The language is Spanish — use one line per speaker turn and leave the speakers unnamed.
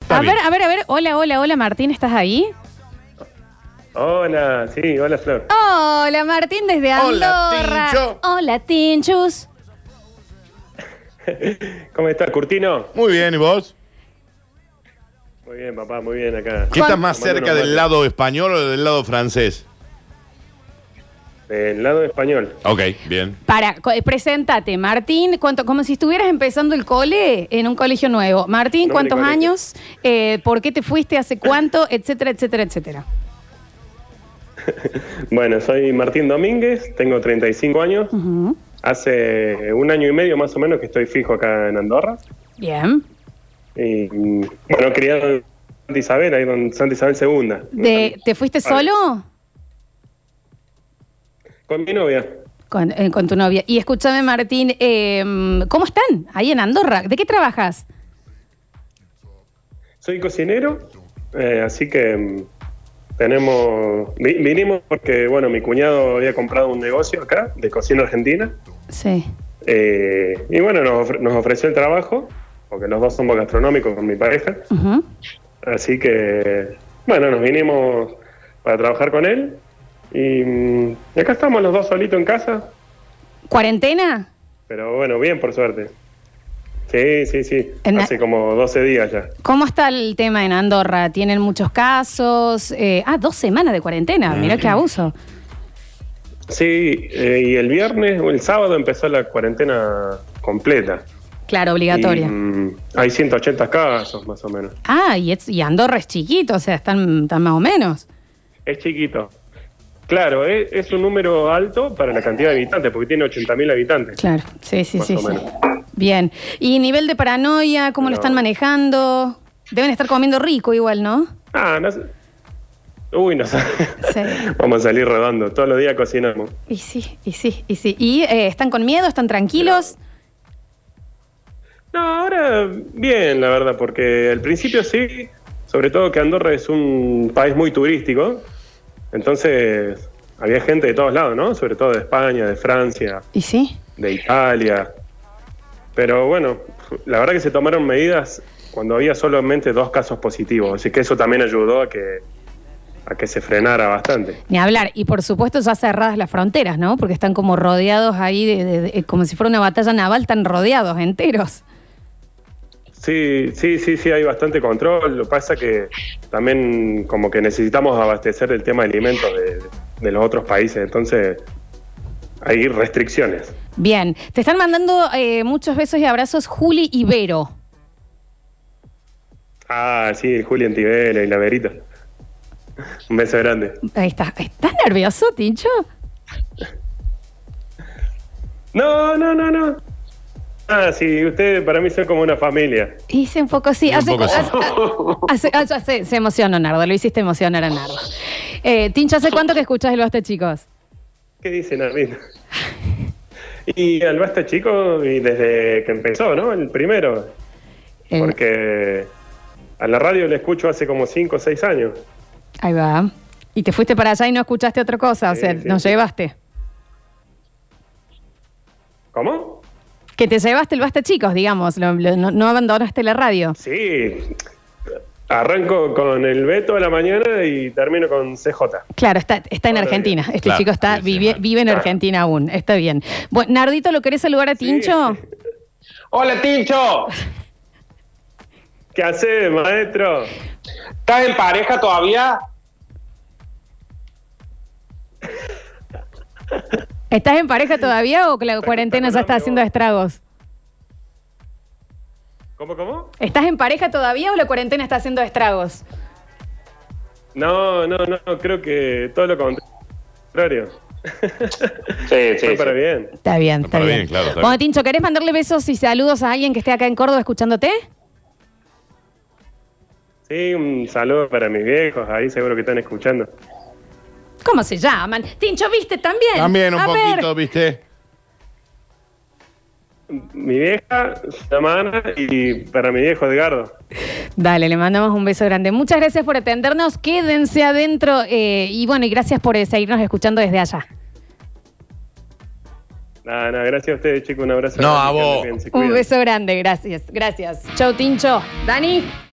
Está
a
bien.
ver, a ver, a ver. Hola, hola, hola, Martín, ¿estás ahí?
Hola, sí, hola Flor.
Hola, Martín, desde
Hola,
Andorra.
Tincho.
Hola, Tinchus.
¿Cómo estás, Curtino?
Muy bien, ¿y vos?
Muy bien, papá, muy bien acá.
¿Qué
Juan-
estás más
Tomando
cerca
unos
del
mates.
lado español o del lado francés?
Del lado español.
Ok, bien.
Para, co- eh, preséntate, Martín, cuánto, como si estuvieras empezando el cole en un colegio nuevo. Martín,
Nombre y
¿cuántos
colegio.
años? Eh, ¿Por qué te fuiste? ¿Hace cuánto? Etcétera, etcétera, etcétera.
Bueno, soy Martín Domínguez, tengo 35 años.
Ujú.
Hace un año y medio más o menos que estoy fijo acá en Andorra.
Bien.
Y mm, bueno, criado en Santa Isabel, ahí donde Santa Isabel II.
De- ¿Te fuiste
Vale.
solo?
Con mi novia.
Con, eh, con tu novia. Y escúchame, Martín, eh, ¿cómo están ahí en Andorra? ¿De qué trabajas?
Soy cocinero, eh, así que mm, tenemos. vi- vinimos porque, bueno, mi cuñado había comprado un negocio acá de cocina argentina.
Sí.
Eh, y bueno, nos, ofre- nos ofreció el trabajo, porque los dos somos gastronómicos con mi pareja.
Ujú.
Así que, bueno, nos vinimos para trabajar con él. Y mm, acá estamos los dos solitos en casa,
¿Cuarentena?
pero bueno, bien, por suerte. Sí, sí, sí.
En la-
Hace como 12 días ya.
¿Cómo está el tema en Andorra? ¿Tienen muchos casos? Eh, ah, dos semanas de cuarentena. Mira qué abuso.
Sí, eh, y el viernes o el sábado empezó la cuarentena completa.
Claro,
Y,
obligatoria.
mm, hay 180 casos más o menos.
Ah, y, es- y Andorra es chiquito, o sea, están, están más o menos.
Es chiquito. Claro, es, es un número alto para la cantidad de habitantes, porque tiene 80.000 habitantes.
Claro, sí, sí,
Más
sí,
o
sí.
menos.
Bien. ¿Y nivel de paranoia? ¿Cómo lo
No.
están manejando? Deben estar comiendo rico igual, ¿no?
Ah, no sé. Uy, no sé.
Sí.
Vamos a salir rodando. Todos los días cocinamos.
Y sí, y sí, y sí. ¿Y eh, están con miedo? ¿Están tranquilos?
No, ahora bien, la verdad, porque al principio sí, sobre todo que Andorra es un país muy turístico, entonces había gente de todos lados, ¿no? Sobre todo de España, de Francia,
Y sí.
de Italia. Pero bueno, la verdad que se tomaron medidas cuando había solamente dos casos positivos, así que eso también ayudó a que, a que se frenara bastante.
Ni hablar. Y por supuesto ya cerradas las fronteras, ¿no? Porque están como rodeados ahí, de- de- de- como si fuera una batalla naval, están rodeados enteros.
Sí, sí, sí, sí, hay bastante control. Lo que pasa que también como que necesitamos abastecer el tema de alimentos de, de los otros países, entonces hay restricciones.
Bien. Te están mandando eh, muchos besos y abrazos Juli y Vero.
Ah, sí, el Julián Tibera y la Verita. Un beso grande.
Ahí está. ¿Estás nervioso, Tincho?
No, no, no, no. Ah, sí, ustedes para mí son como una familia.
Hice un poco así.
Un
Hace,
poco sí.
hace- ah, hace- hace- hace- se emocionó Nardo, lo hiciste emocionar a Nardo. Eh, Tincho, ¿hace cuánto que escuchás el Basta, chicos?
¿Qué dicen, Armin? Y al Basta Chico, y desde que empezó, ¿no? El primero.
Eh.
El-
Porque a la radio le escucho hace como 5 o 6 años.
Ahí va. Y te fuiste para allá y no escuchaste otra cosa, o
Sí,
sea,
sí,
nos
sí.
llevaste.
¿Cómo?
Que te llevaste el Basta, chicos, digamos, lo- lo- no, no abandonaste la radio.
Sí. Arranco con el Beto a la mañana y termino con CJ.
Claro, está, está en
Ahora
Argentina.
bien.
Este
Claro,
chico está,
sí, sí,
vive,
claro.
vive en Argentina aún. Está bien. Bueno, Nardito, ¿lo querés saludar a Tincho?
Hola, Tincho.
¿Qué hace, maestro?
¿Estás en pareja todavía?
¿Estás en pareja todavía o que la
Está-
cuarentena
está
ya está
con
haciendo
amigo.
estragos?
¿Cómo, cómo?
¿Estás en pareja todavía o la cuarentena está haciendo estragos?
No, no, no, creo que todo lo contrario.
Sí,
Fue para bien.
Está bien, está
Para
bien.
bien, claro, está
bueno,
bien.
Tincho, ¿querés mandarle besos y saludos a alguien que esté acá en Córdoba escuchándote?
Sí, un saludo para mis viejos, ahí seguro que están escuchando.
¿Cómo se llaman? Tincho, ¿viste también?
También un
a Ver.
poquito, ¿viste?
Mi vieja se llama Ana y para mi viejo Edgardo.
Dale, le mandamos un beso grande. Muchas gracias por atendernos. Quédense adentro eh, y bueno, y gracias por eh, seguirnos escuchando desde allá.
Nada, nada, gracias a ustedes, chicos, un abrazo.
No,
grande,
a
que anden
vos.
bien, se
Un
cuidan.
beso grande, gracias, gracias. Chau, Tincho. Dani.